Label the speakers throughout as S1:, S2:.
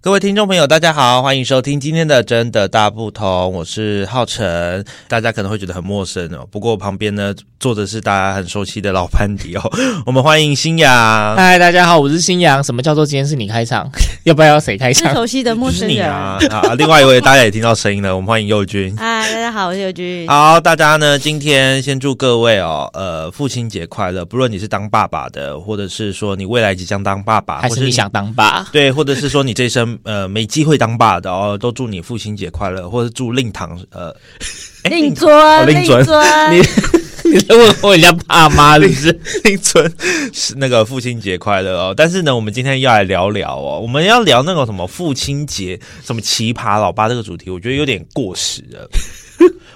S1: 各位听众朋友，大家好，欢迎收听今天的《真的大不同》，我是浩辰。大家可能会觉得很陌生哦，不过旁边呢坐的是大家很熟悉的老班底哦。 我们欢迎新阳，
S2: 嗨，大家好，我是新阳。什么叫做今天是你开场？ 要不然要谁开
S3: 是
S2: 场？
S3: 熟悉的陌
S1: 就是
S3: 生
S1: 你
S3: 人。
S1: 啊啊！另外一位大家也听到声音了，我们欢迎佑君。
S3: 哎，大家好，我是尤君。
S1: 好，大家呢，今天先祝各位哦，呃，父亲节快乐！不论你是当爸爸的，或者是说你未来即将当爸爸，
S2: 还
S1: 或
S2: 是
S1: 是
S2: 你想当爸？
S1: 对，或者是说你这一生呃没机会当爸的哦，都祝你父亲节快乐，或者祝令堂呃哎
S3: 令
S1: 堂哦
S3: 尊，
S1: 令尊
S3: 啊尊，
S2: 你在问候人家爸妈是不是？
S1: 令尊 是那个父亲节快乐哦。但是呢，我们今天要来聊聊哦，我们要聊那种什么父亲节、什么奇葩老爸这个主题，我觉得有点过时 了。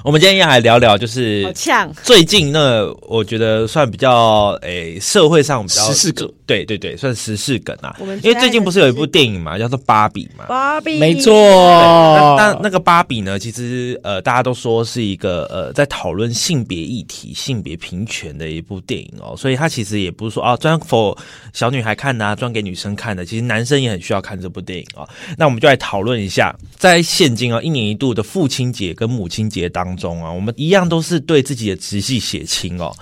S1: 我们今天要来聊聊，就是
S3: 好呛。
S1: 最近那我觉得算比较诶、社会上比较
S2: 时事梗，
S1: 对对对，算时事梗啊
S3: 我们。
S1: 因为最近
S3: 最爱的
S1: 不是有一部
S3: 时事梗
S1: 电影嘛，叫做《芭比》嘛。
S3: 芭比，
S2: 没错。
S1: 那那那个芭比呢？其实呃，大家都说是一个呃，在讨论性别议题、性别平权的一部电影哦，所以它其实也不是说啊专 for 小女孩看的、啊，专给女生看的。其实男生也很需要看这部电影哦。那我们就来讨论一下，在现今啊、一年一度的父亲节跟母亲节当中啊，我们一样都是对自己的直系血亲哦，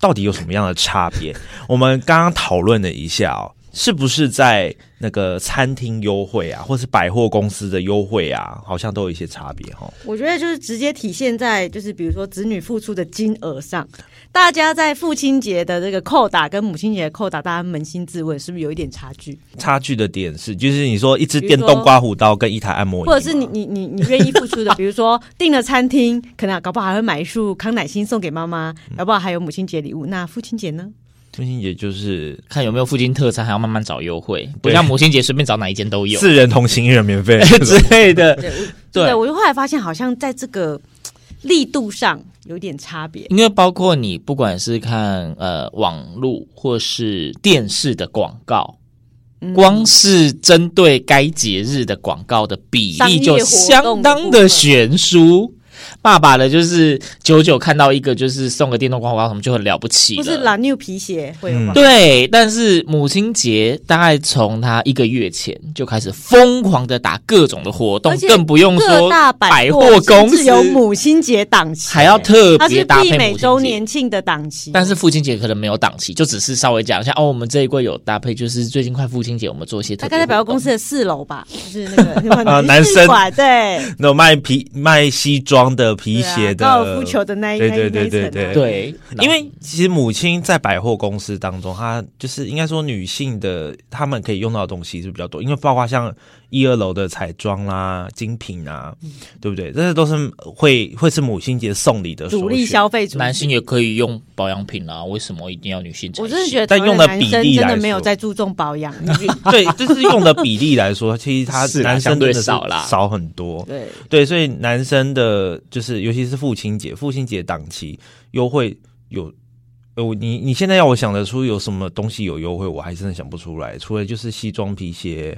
S1: 到底有什么样的差别？我们刚刚讨论了一下哦，是不是在那个餐厅优惠啊，或是百货公司的优惠啊，好像都有一些差别哦。
S3: 我觉得就是直接体现在就是比如说子女付出的金额上，大家在父亲节的这个扣打跟母亲节的扣打，大家扪心自问，是不是有一点差距？
S1: 差距的点是，就是你说一支
S3: 比如
S1: 电
S3: 说
S1: 动刮胡刀跟一台按摩椅嘛，
S3: 或者是你你你你愿意付出的，比 如说订了餐厅，可能、搞不好还会买一束康乃馨送给妈妈，搞不好还有母亲节礼物。那父亲节呢？
S1: 父亲节就是
S2: 看有没有附近特产，还要慢慢找优惠，不
S1: 对
S2: 像母亲节随便找哪一间都有
S1: 四人同行一人免 费
S2: 之类的。对
S3: 对，我就后来发现好像在这个力度上有点差别。
S2: 因为包括你不管是看呃网络或是电视的广告，
S3: 嗯
S2: 光是针对该节日的广告的比
S3: 商业
S2: 例就
S3: 活
S2: 相
S3: 动
S2: 当
S3: 的部
S2: 的
S3: 分
S2: 悬殊。爸爸的就是久久看到一个就是送个电动刮胡刀什么就很了不起
S3: 不
S2: 了，
S3: 是老 new 皮鞋会有吗？
S2: 嗯对，但是母亲节大概从他一个月前就开始疯狂的打各种的活动
S3: 而，且
S2: 更不用
S3: 各
S2: 说
S3: 大
S2: 百
S3: 货
S2: 货公
S3: 甚
S2: 司
S3: 至有母亲节档期，欸
S2: 还要特
S3: 它
S2: 别
S3: 是
S2: 搭
S3: 媲
S2: 配
S3: 美
S2: 母
S3: 周
S2: 亲节。
S3: 年庆的档期，
S2: 但是父亲节可能没有档期，就只是稍微讲一下哦，我们这一柜有搭配，就是最近快父亲节，我们做一些特
S3: 大概
S2: 别活动。
S3: 在百货公司的四楼吧，就是那 个那
S1: 啊
S3: 个
S1: 男
S3: 试
S1: 生
S3: 馆对。
S1: 那种卖皮卖西装的、皮
S3: 对啊
S1: 鞋的、
S3: 高尔夫球的那一
S1: 对
S3: 那一
S1: 对
S3: 那
S1: 对
S3: 一层
S1: 对
S3: 啊
S1: 对
S2: 对，
S1: 因为其实母亲在百货公司当中，她就是应该说女性的，她们可以用到的东西是比较多，因为包括像一二楼的彩妆啦、精品啊，
S2: 嗯
S1: 对不对？这些都是会会是母亲节送礼的首选
S3: 主力消。费主义
S2: 男性也可以用保养品啊，为什么一定要女性才行？
S3: 我真的觉得
S1: 但
S3: 台湾
S1: 用的
S3: 男
S1: 比
S3: 生
S1: 例
S3: 真
S1: 来
S3: 的没有
S1: 说
S3: 在注重保养，
S1: 对，就是用的比例来说，其实她
S2: 是啦
S1: 男生
S2: 相对
S1: 真的是
S2: 少啦
S1: 少很多。
S3: 对，
S1: 对，所以男生的，就是尤其是父亲节，父亲节档期优惠有，呃，我你你现在要我想得出有什么东西有优惠，我还真的想不出来，除了就是西装皮鞋，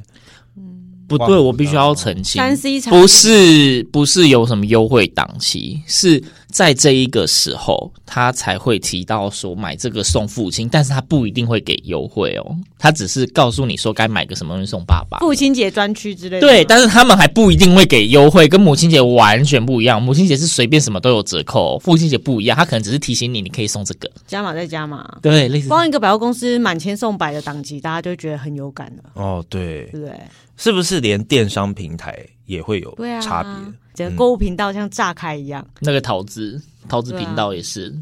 S2: 不对，我必须要澄清，
S3: 三 C 产品
S2: 不是不是有什么优惠档期，是在这一个时候他才会提到说买这个送父亲，但是他不一定会给优惠哦，他只是告诉你说该买个什么东西送爸爸。
S3: 父亲节专区之类的吗。
S2: 啊对，但是他们还不一定会给优惠，跟母亲节完全不一样。母亲节是随便什么都有折扣、哦父亲节不一样，他可能只是提醒你，你可以送这个。
S3: 加码再加码，
S2: 对，类似
S3: 光一个百货公司满千送百的档期，大家就会觉得很有感了，
S1: 哦，对，
S3: 对不对？
S1: 是不是连电商平台也会有
S3: 对啊，
S1: 差别？
S2: 嗯
S3: 整个购物频道像炸开一 样，
S2: 那个桃子桃子
S3: 对啊
S2: 频道也是，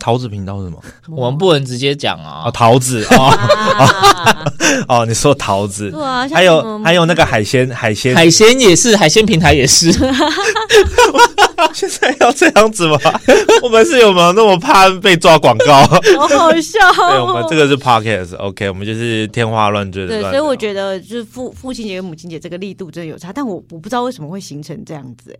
S1: 桃子频道是什么？
S3: 哦
S2: 我们不能直接讲啊
S1: 哦，。桃 子哦
S3: 啊
S1: 哦，你说桃子，
S3: 对啊，像
S1: 还
S3: 什
S1: 有
S3: 么
S1: 还有那个海鲜海鲜，
S2: 海鲜也是，海鲜平台也是。
S1: 现在要这样子吗？我们是有没有那么怕被抓广 告？
S3: 好好笑哦、
S1: 对，我们这个是 podcast，OK，、我们就是天花乱坠的
S3: 对，
S1: 乱聊。
S3: 所以我觉得就是父父亲节跟母亲节这个力度真的有差，但我我不知道为什么会形成这样子、欸，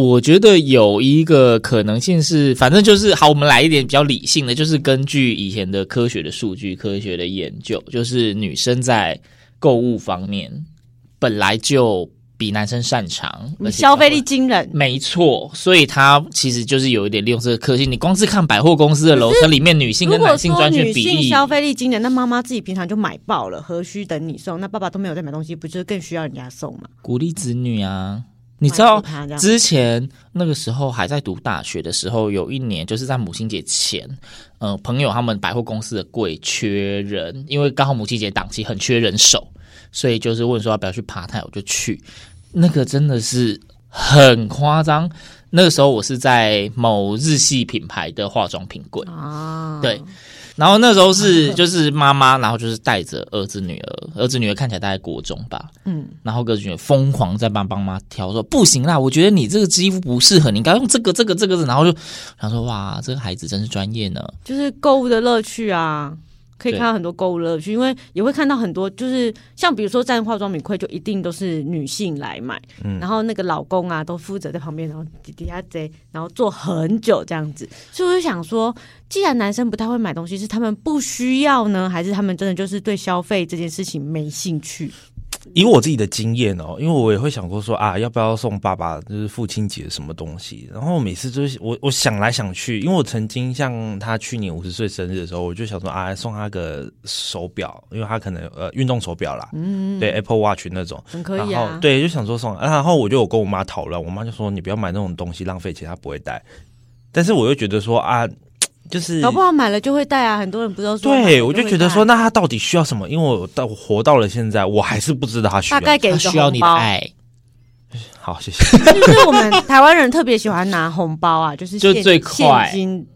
S2: 我觉得有一个可能性是，反正就是好，我们来一点比较理性的，就是根据以前的科学的数据、科学的研究，就是女生在购物方面本来就比男生擅长，而
S3: 你
S2: 且
S3: 消费力惊人，
S2: 没错，所以它其实就是有一点利用这个科技。你光是看百货公司的楼层里面女性
S3: 如
S2: 跟
S3: 果
S2: 男性
S3: 说
S2: 专区
S3: 女
S2: 比
S3: 性
S2: 例，
S3: 消费力惊人，那妈妈自己平常就买爆了，何须等你送？那爸爸都没有在买东西，不就是更需要人家送吗？
S2: 鼓励子女啊。你知道
S3: 买给他这样
S2: 之前那个时候还在读大学的时候，有一年就是在母亲节前，呃，朋友他们百货公司的柜缺人，因为刚好母亲节档期很缺人手，所以就是问说要不要去爬泰，我就去。那个真的是很夸张。那个时候我是在某日系品牌的化妆品柜，
S3: 啊，
S2: 对，然后那时候是
S3: 嗯
S2: 就是妈妈，然后就是带着儿子女儿，儿子女儿看起来大概国中吧，
S3: 嗯，
S2: 然后儿子女儿疯狂在帮帮妈挑，说不行啦，我觉得你这个衣服不适合，你应该用这个这个这个，然后就想说哇，这个孩子真是专业呢，
S3: 就是购物的乐趣啊。可以
S2: 对
S3: 看到很多购物乐趣，因为也会看到很多，就是像比如说在化妆品柜，就一定都是女性来买，
S1: 嗯
S3: 然后那个老公啊都负责在旁边，然后底底下贼，然后做很久这样子。所以我就想说，既然男生不太会买东西，是他们不需要呢，还是他们真的就是对消费这件事情没兴趣？
S1: 以我自己的经验哦，因为我也会想过说啊，要不要送爸爸就是父亲节什么东西？然后每次就是我我想来想去，因为我曾经像他去年五十岁生日的时候，我就想说啊，送他个手表，因为他可能呃运动手表啦，嗯，对 Apple Watch 那种，
S3: 很可以
S1: 然后
S3: 啊，
S1: 对，就想说送、啊然后我就有跟我妈讨论，我妈就说你不要买那种东西浪费钱，她不会戴。但是我又觉得说啊，就是
S3: 搞不好买了就会戴啊。很多人不都说买了会戴，
S1: 对，我就觉得说，那她到底需要什么？因为我到活到了现在，我还是不知道她需要
S3: 大
S1: 什么。
S3: 概给
S2: 他
S3: 一个
S2: 需要
S3: 红
S2: 你的
S3: 包，
S2: 爱，
S1: 好，谢谢。
S3: 就是我们台湾人特别喜欢拿红包啊，就是
S2: 就
S3: 现
S2: 最快
S3: 现金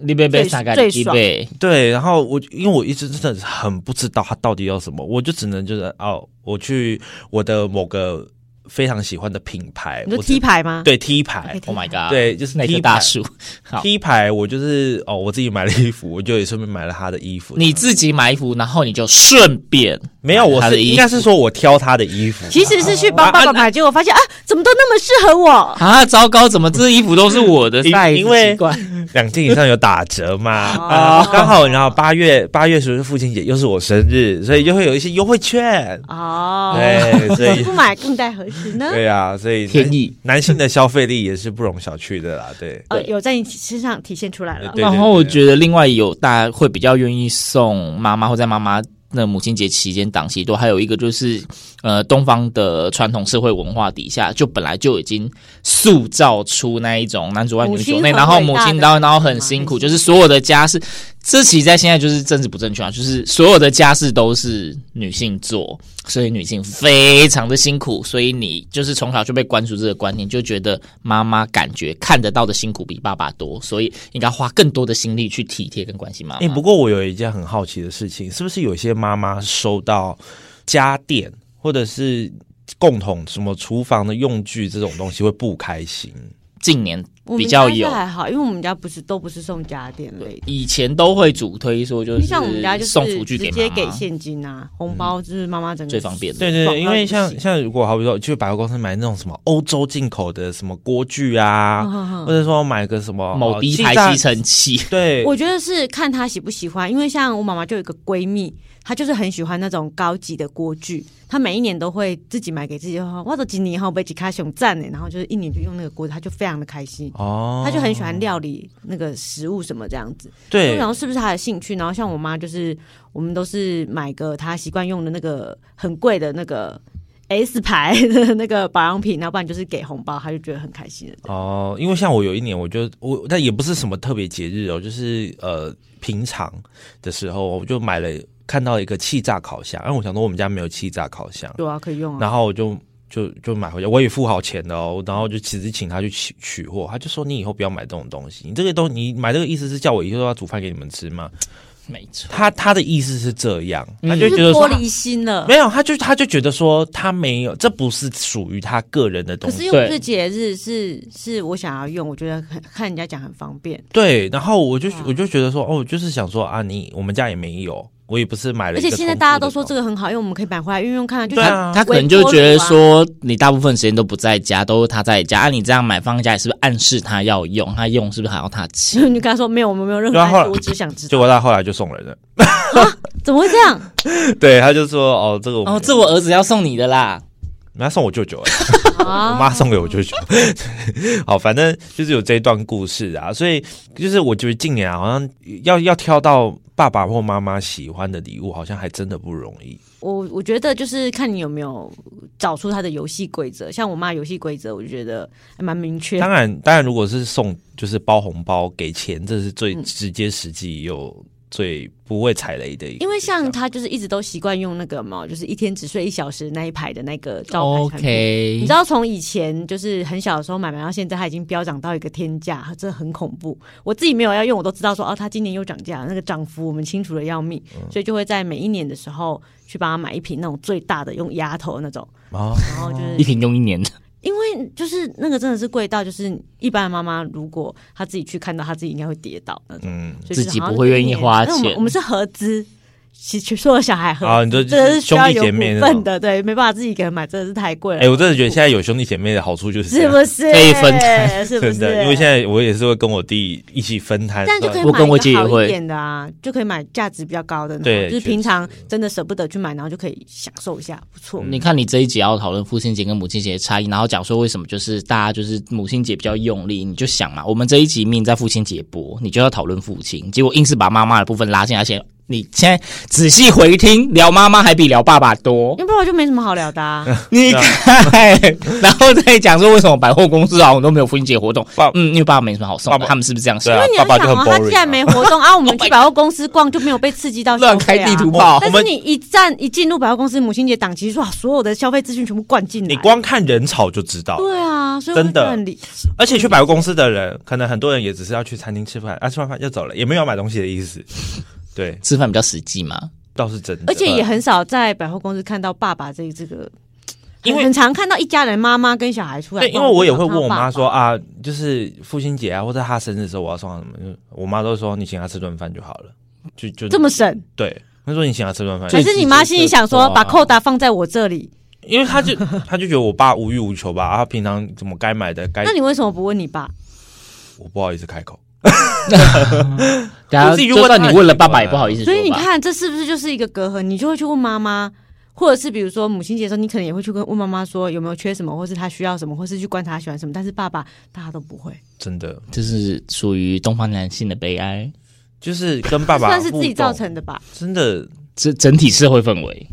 S2: 你贝贝
S3: 最
S2: 大概
S3: 最
S2: 几
S3: 爽
S2: 贝，
S1: 对，然后我因为我一直真的很不知道他到底要什么，我就只能就是哦，我去我的某个非常喜欢的品牌，
S3: 你说
S1: 我
S3: T
S1: 是
S3: 牌吗？
S1: 对 T
S3: 哎
S1: 牌
S2: Oh my god！
S1: 对就是
S2: 那个
S1: T
S2: 大
S1: 牌
S2: 叔。好，
S1: ，T 牌我就是哦，我自己买了衣服，我就也顺便买了他的衣服。
S2: 你自己买衣服，然后你就顺便
S1: 没有，
S2: 买
S1: 我
S2: 他的
S1: 是
S2: 衣服
S1: 应该是说我挑他的衣服，
S3: 其实是去帮爸爸买，结果发现啊，怎么都那么适合我。
S2: 啊，糟糕，怎么这衣服都是我的
S1: 因
S2: size？
S1: 因为
S2: 奇怪
S1: 两件以上有打折嘛
S3: 哦
S1: 啊，刚好然后八月八月十日父亲节又是我生日，所以就会有一些优惠券，
S3: 哦，
S2: 哎
S1: 对，所 以
S3: 不买更待何时呢？
S1: 对啊，所以
S2: 便宜
S1: 男性的消费力也是不容小觑的啦，对。
S3: 哦，有在你身上体现出来了
S1: 对。
S2: 然后我觉得另外有大家会比较愿意送妈妈或在妈妈那母亲节期间档期多，还有一个就是呃东方的传统社会文化底下，就本来就已经塑造出那一种男主外
S3: 母
S2: 女
S3: 亲
S2: 主内，
S3: 很
S2: 然后
S3: 伟
S2: 母
S3: 大
S2: 亲
S3: 的
S2: 然后然后
S3: 地
S2: 很
S3: 方
S2: 辛苦，
S3: 很
S2: 就
S3: 辛
S2: 是所有的家事，这其实在现在就是政治不正确啊，就是所有的家事都是女性做，所以女性非常的辛苦，所以你就是从小就被灌输这个观念，就觉得妈妈感觉看得到的辛苦比爸爸多，所以应该花更多的心力去体贴跟关心妈
S3: 嗯
S1: 哎、
S2: 妈。
S1: 不过我有一件很好奇的事情，是不是有些妈妈收到家电或者是共同什么厨房的用具这种东西会不开心？
S2: 近年
S3: 我们
S2: 比较
S3: 家是
S2: 有，
S3: 还好，因为我们家不是都不是送家电类的。
S2: 以前都会主推说就
S3: 你像我们家就是是
S2: 送厨具
S3: 直
S2: 给
S3: 接
S2: 妈
S3: 给
S2: 妈
S3: 现金啊，红包就是妈妈整个
S2: 最方便的。
S1: 对对
S3: 爽到
S1: 对，因为
S3: 不
S1: 像
S3: 行
S1: 像如果好比说去百货公司买那种什么欧洲进口的什么锅具啊，
S3: 嗯嗯嗯
S1: 或者说买个什么
S2: 某
S1: 呃
S2: 低
S1: 气
S2: 台
S1: 炸
S2: 吸尘器，
S1: 对，
S3: 我觉得是看她喜不喜欢，因为像我妈妈就有一个闺蜜，她就是很喜欢那种高级的锅具，她每一年都会自己买给自己，说哇，都几年后被几卡熊赞呢，然后就是一年就用那个锅子，她就非常的开心。
S1: 哦，
S3: 她就很喜欢料理那个食物什么这样子，
S1: 对
S3: 然后是不是她的兴趣？然后像我妈就是，我们都是买个她习惯用的那个很贵的那个 S 牌的那个保养品，要不然就是给红包，她就觉得很开心了。
S1: 哦，因为像我有一年，我就我但也不是什么特别节日哦，就是呃平常的时候，我就买了看到一个气炸烤箱，然后我想说我们家没有气炸烤箱，
S3: 对啊，可以用啊。
S1: 然后我就就就买回家，我也付好钱的哦，然后就其实请他去取取货，他就说你以后不要买这种东西，你这个东你买这个意思是叫我以后要煮饭给你们吃吗？
S2: 没错。
S1: 他他的意思是这样，
S2: 嗯
S1: 他就
S3: 就
S1: 觉
S3: 是
S1: 得说
S3: 玻。璃心了。
S1: 没有，他就他就觉得说他没有，这不是属于他个人的东
S3: 可
S1: 西。
S3: 是又不
S2: 对
S3: 是节日，是是我想要用，我觉得很看人家讲很方便，
S1: 对，然后我就
S3: 嗯
S1: 我就觉得说，哦，就是想说啊，你我们家也没有，我也不是买了
S3: 而
S1: 一个重复的
S3: 且
S1: 东西，
S3: 现在大家都说这个很好用，我们可以买回来运用看啊，就
S1: 对
S3: 是
S1: 啊
S2: 他可能就觉得
S3: 啊
S2: 说，你大部分时间都不在家，都是他在家。啊，你这样买放在家里，是不是暗示他要用？他用是不是还要他请？
S3: 你就跟他说没有，我们没有任何
S1: 对啊后
S3: 暗
S1: 来
S3: 示，我只想知
S1: 结
S3: 道
S1: 果他后来就送人了， 啊
S3: 怎么会这样？
S1: 对，他就说哦，这个我们
S2: 哦，这我儿子要送你的啦。
S1: 他送我舅舅、欸，我
S3: 啊
S1: 妈送给我舅舅。 好，反正就是有这一段故事啊，所以就是我觉得近年啊好像要要挑到爸爸或妈妈喜欢的礼物，好像还真的不容易。
S3: 我我觉得就是看你有没有找出他的游戏规则，像我妈游戏规则，我就觉得还蛮明确。
S1: 当然，当然，如果是送就是包红包给钱，这是
S3: 嗯
S1: 最直接、实际又最不会踩雷的一个选项。啊
S3: 因为像他就是一直都习惯用那个嘛，就是一天只睡一小时那一排的那个招牌产品。你
S2: OK，
S3: 知道从以前就是很小的时候买买到现在，它已经飙涨到一个天价，真的很恐怖。我自己没有要用，我都知道说哦，它今年又涨价，那个涨幅我们清楚的要命，
S1: 嗯
S3: 所以就会在每一年的时候去帮他买一瓶那种最大的，用压头的那种，
S1: 哦，
S3: 然后就是
S2: 一瓶用一年的，
S3: 因为就是那个真的是贵到，就是一般的妈妈如果她自己去看到，她自己应该会跌倒那种，
S1: 嗯，
S3: 所以就是
S2: 自己
S3: 好像
S2: 不会愿意花
S3: 那我们
S2: 钱
S3: 我们是合资。其实所有小孩合资
S1: 啊你说
S3: 这个是需
S1: 兄弟
S3: 要有
S1: 姐
S3: 股
S1: 妹那
S3: 份
S1: 种
S3: 的，对，没办法自己一个人买，真的是太贵了。
S1: 哎、我真的觉得现在有兄弟姐妹的好处就是这
S3: 是
S1: 样
S3: 不是
S2: 可以分摊
S3: 是不是？
S1: 真的，因为现在我也是会跟我弟一起分摊，
S3: 但就可以
S2: 我
S3: 买
S2: 跟我姐
S3: 一
S2: 也
S3: 个好
S2: 会
S3: 一点的啊，就可以买价值比较高的那种，
S1: 对
S3: 就是
S1: 确实
S3: 平常真的舍不得去买，然后就可以享受一下，不错。
S1: 嗯
S2: 你看，你这一集要讨论父亲节跟母亲节的差异，然后讲说为什么就是大家就是母亲节比较用力，你就想嘛，我们这一集命在父亲节播，你就要讨论父亲，结果硬是把妈妈的部分拉进来，而且你现在仔细回听，聊妈妈还比聊爸爸多，
S3: 要不然我就没什么好聊的啊。
S2: 你看，然后再讲说为什么百货公司啊，我们都没有父亲节活动
S1: 爸，
S2: 嗯，因为爸爸没什么好送
S1: 爸
S2: 的，
S1: 爸
S2: 他们是不是这样
S1: 对
S2: 想？
S1: 啊
S3: 因为，你 要
S1: 爸爸
S3: 想
S1: 就很
S3: 哦，他既
S1: boring
S3: 然没活 动啊，我们去百货公司逛就没有被刺激到消费啊
S2: 乱开地图炮
S3: 但
S1: 我
S3: 是
S1: 们
S3: 你一站一进入百货公司母亲节档期，哇，所有的消费资讯全部灌进来。
S1: 你光看人潮就知道，
S3: 对啊，所以我
S1: 真的
S3: 觉得很理
S1: 而且去百货公司的人，可能很多人也只是要去餐厅吃饭，啊，吃完饭就走了，也没有要买东西的意 思。对，
S2: 吃饭比较实际嘛，
S1: 倒是真的。
S3: 而且也很少在百货公司看到爸爸这这个，
S1: 因为
S3: 很常看到一家人妈妈跟小孩出来
S1: 对，
S3: 逛。
S1: 因为我也会
S3: 很少
S1: 问
S3: 看
S1: 我
S3: 到爸
S1: 妈
S3: 爸
S1: 说啊，就是父亲节啊，或者他生日的时候，我要送他什么？就我妈都说你请他吃顿饭就好了，就就
S3: 这么省，
S1: 对。她说你请他吃顿饭，
S3: 可是你妈心里想说，
S2: 哇
S3: 把扣打放在我这里，
S1: 因为他就他就觉得我爸无欲无求吧，啊，平常怎么该买的该
S3: 那，你为什么不问你爸？
S1: 我不好意思开口。
S2: 然后
S1: 自己去
S2: 啊就
S1: 问
S2: 算
S1: 他
S2: 你
S1: 也
S2: 问了
S1: 奇
S2: 爸爸，
S1: 怪
S2: 也不好意思说
S3: 所
S2: 吧。
S3: 以你看，这是不是就是一个隔阂？你就会去问妈妈，或者是比如说母亲节的时候，你可能也会去跟问妈妈说有没有缺什么，或是她需要什么，或是去观察她喜欢什么。但是爸爸大家都不会，
S1: 真的，
S2: 这是属于东方男性的悲哀，
S1: 就是跟爸爸
S3: 算是自己
S1: 互动
S3: 造，成的吧？
S1: 真的
S2: 这整体社会氛围。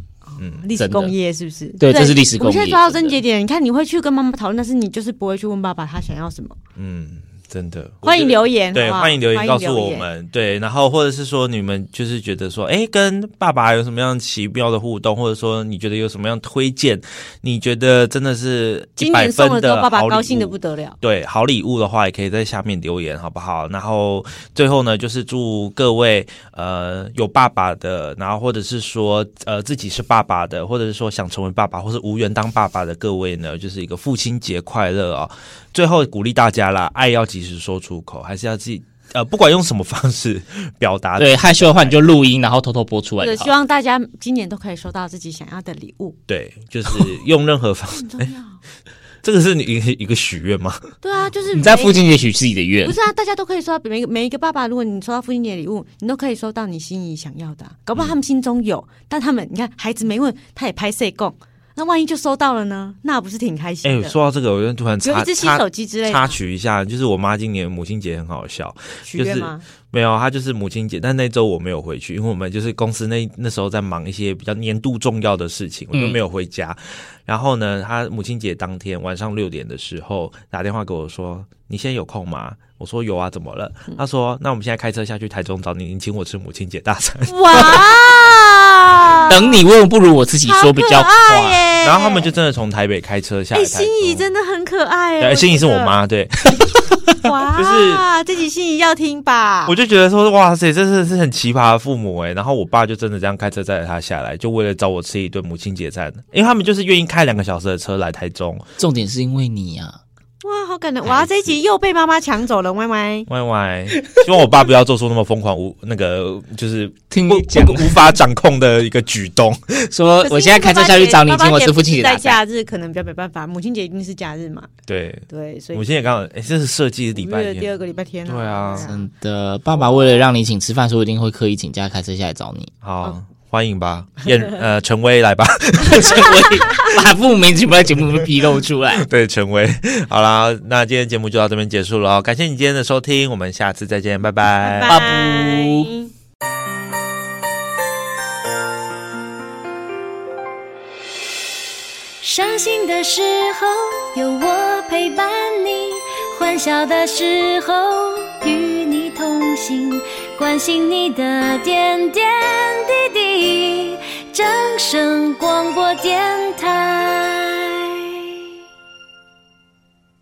S3: 历史
S2: 真的
S3: 工业是不是？
S2: 对这是历史
S3: 我们
S2: 工
S3: 现
S2: 业
S3: 在抓到
S2: 真
S3: 症
S2: 的
S3: 结点，你看你会去跟妈妈讨论，但是你就是不会去问爸爸他想要什么。
S1: 嗯，真的。
S3: 欢迎留言，
S1: 对，
S3: 好不好
S1: 欢迎留言告诉我。们。对，然后或者是说你们就是觉得说，哎，跟爸爸有什么样奇妙的互动，或者说你觉得有什么样推荐？你觉得真的是
S3: 今
S1: 100
S3: 年送
S1: 分
S3: 了之后，
S1: 的
S3: 爸爸
S1: 好礼
S3: 高兴的
S1: 物
S3: 不得了。
S1: 对，好礼物的话也可以在下面留言，好不好？然后最后呢，就是祝各位呃有爸爸的，然后或者是说呃自己是爸爸的，或者是说想成为爸爸，或是无缘当爸爸的各位呢，就是一个父亲节快乐啊、最后鼓励大家啦，爱要及时说出口，还是要自己呃不管用什么方式表达。
S2: 对，害羞的话你就录音，然后偷偷播出来
S3: 对，
S2: 就
S3: 希
S2: 好。
S3: 望大家今年都可以收到自己想要的礼物，
S1: 对，就是用任何方式。
S3: 很重要。
S1: 哎这个是你一个一个许愿吗？
S3: 对啊，就是
S2: 你在
S3: 每
S2: 父亲节许自己的愿
S3: 不，是啊，大家都可以收到每一个每一个爸爸，如果你收到父亲节的礼物，你都可以收到你心仪想要的啊、搞不
S1: 嗯
S3: 好他们心中有，但他们你看孩子没问，他也拍碎供，那万一就收到了呢？那不是挺开
S1: 哎、
S3: 心的？
S1: 说到这个，我就突然
S3: 有
S1: 插
S3: 一只新
S1: 插
S3: 手机之类的
S1: 插曲一下，就是我妈今年母亲节很好笑。
S3: 许愿吗？
S1: 没有，他就是母亲节，但那周我没有回去，因为我们就是公司那那时候在忙一些比较年度重要的事情，我
S3: 嗯
S1: 就没有回家。然后呢，他母亲节当天晚上六点的时候打电话给我说：“你现在有空吗？”我说：“有啊，怎么了？”
S3: 嗯
S1: 他说：“那我们现在开车下去台中找你，你请我吃母亲节大 餐。
S3: 哇，
S2: 等你问不如我自己说比较
S3: 啊好可爱啊
S2: 快。
S3: 耶！
S1: 然后他们就真的从台北开车下
S3: 哎，
S1: 来台
S3: 心
S1: 中。
S3: 仪真的很可爱哎，
S1: 对，心仪是我
S3: 觉得。
S1: 妈，对，
S3: 哇，
S1: 就是
S3: 这集心仪要听吧？
S1: 我就觉得说，哇塞，这是是很奇葩的父母哎。然后我爸就真的这样开车载着他下来，就为了找我吃一顿母亲节餐，因为他们就是愿意开两个小时的车来台 中。
S2: 重点是因为你啊，
S3: 哇，好感动！哇，这一集又被妈妈抢走了，歪歪。
S1: 歪歪，希望我爸不要做出那么疯狂无那个就是
S2: 听
S1: 不
S2: 你讲
S1: 不无法掌控的一个举动。
S2: 说
S3: 可是
S2: 我现在开车下去找你
S3: 爸，爸
S2: 请我吃父亲节
S3: 在
S2: 大餐。
S3: 假日可能比较没办法，母亲节一定是假日嘛，
S1: 对，
S3: 对，所以
S1: 我现在刚好，哎、这是设计的礼
S3: 五
S1: 拜
S3: 月的第
S1: 天
S3: 二个礼拜天
S1: 对啊
S2: 真的，爸爸为了让你请吃饭，所以一定会刻意请假开车下来找你。
S1: 好。欢迎吧， 燕呃陈薇来吧，
S2: 成为把不明全部在节目里面披露出来。
S1: 对陈薇，好啦，那今天节目就到这边结束了哦，感谢你今天的收听，我们下次再见，拜拜
S2: 拜拜。
S4: 伤心的时候有我陪伴你，欢笑的时候与你同行，关心你的点点滴滴。掌声广播电台。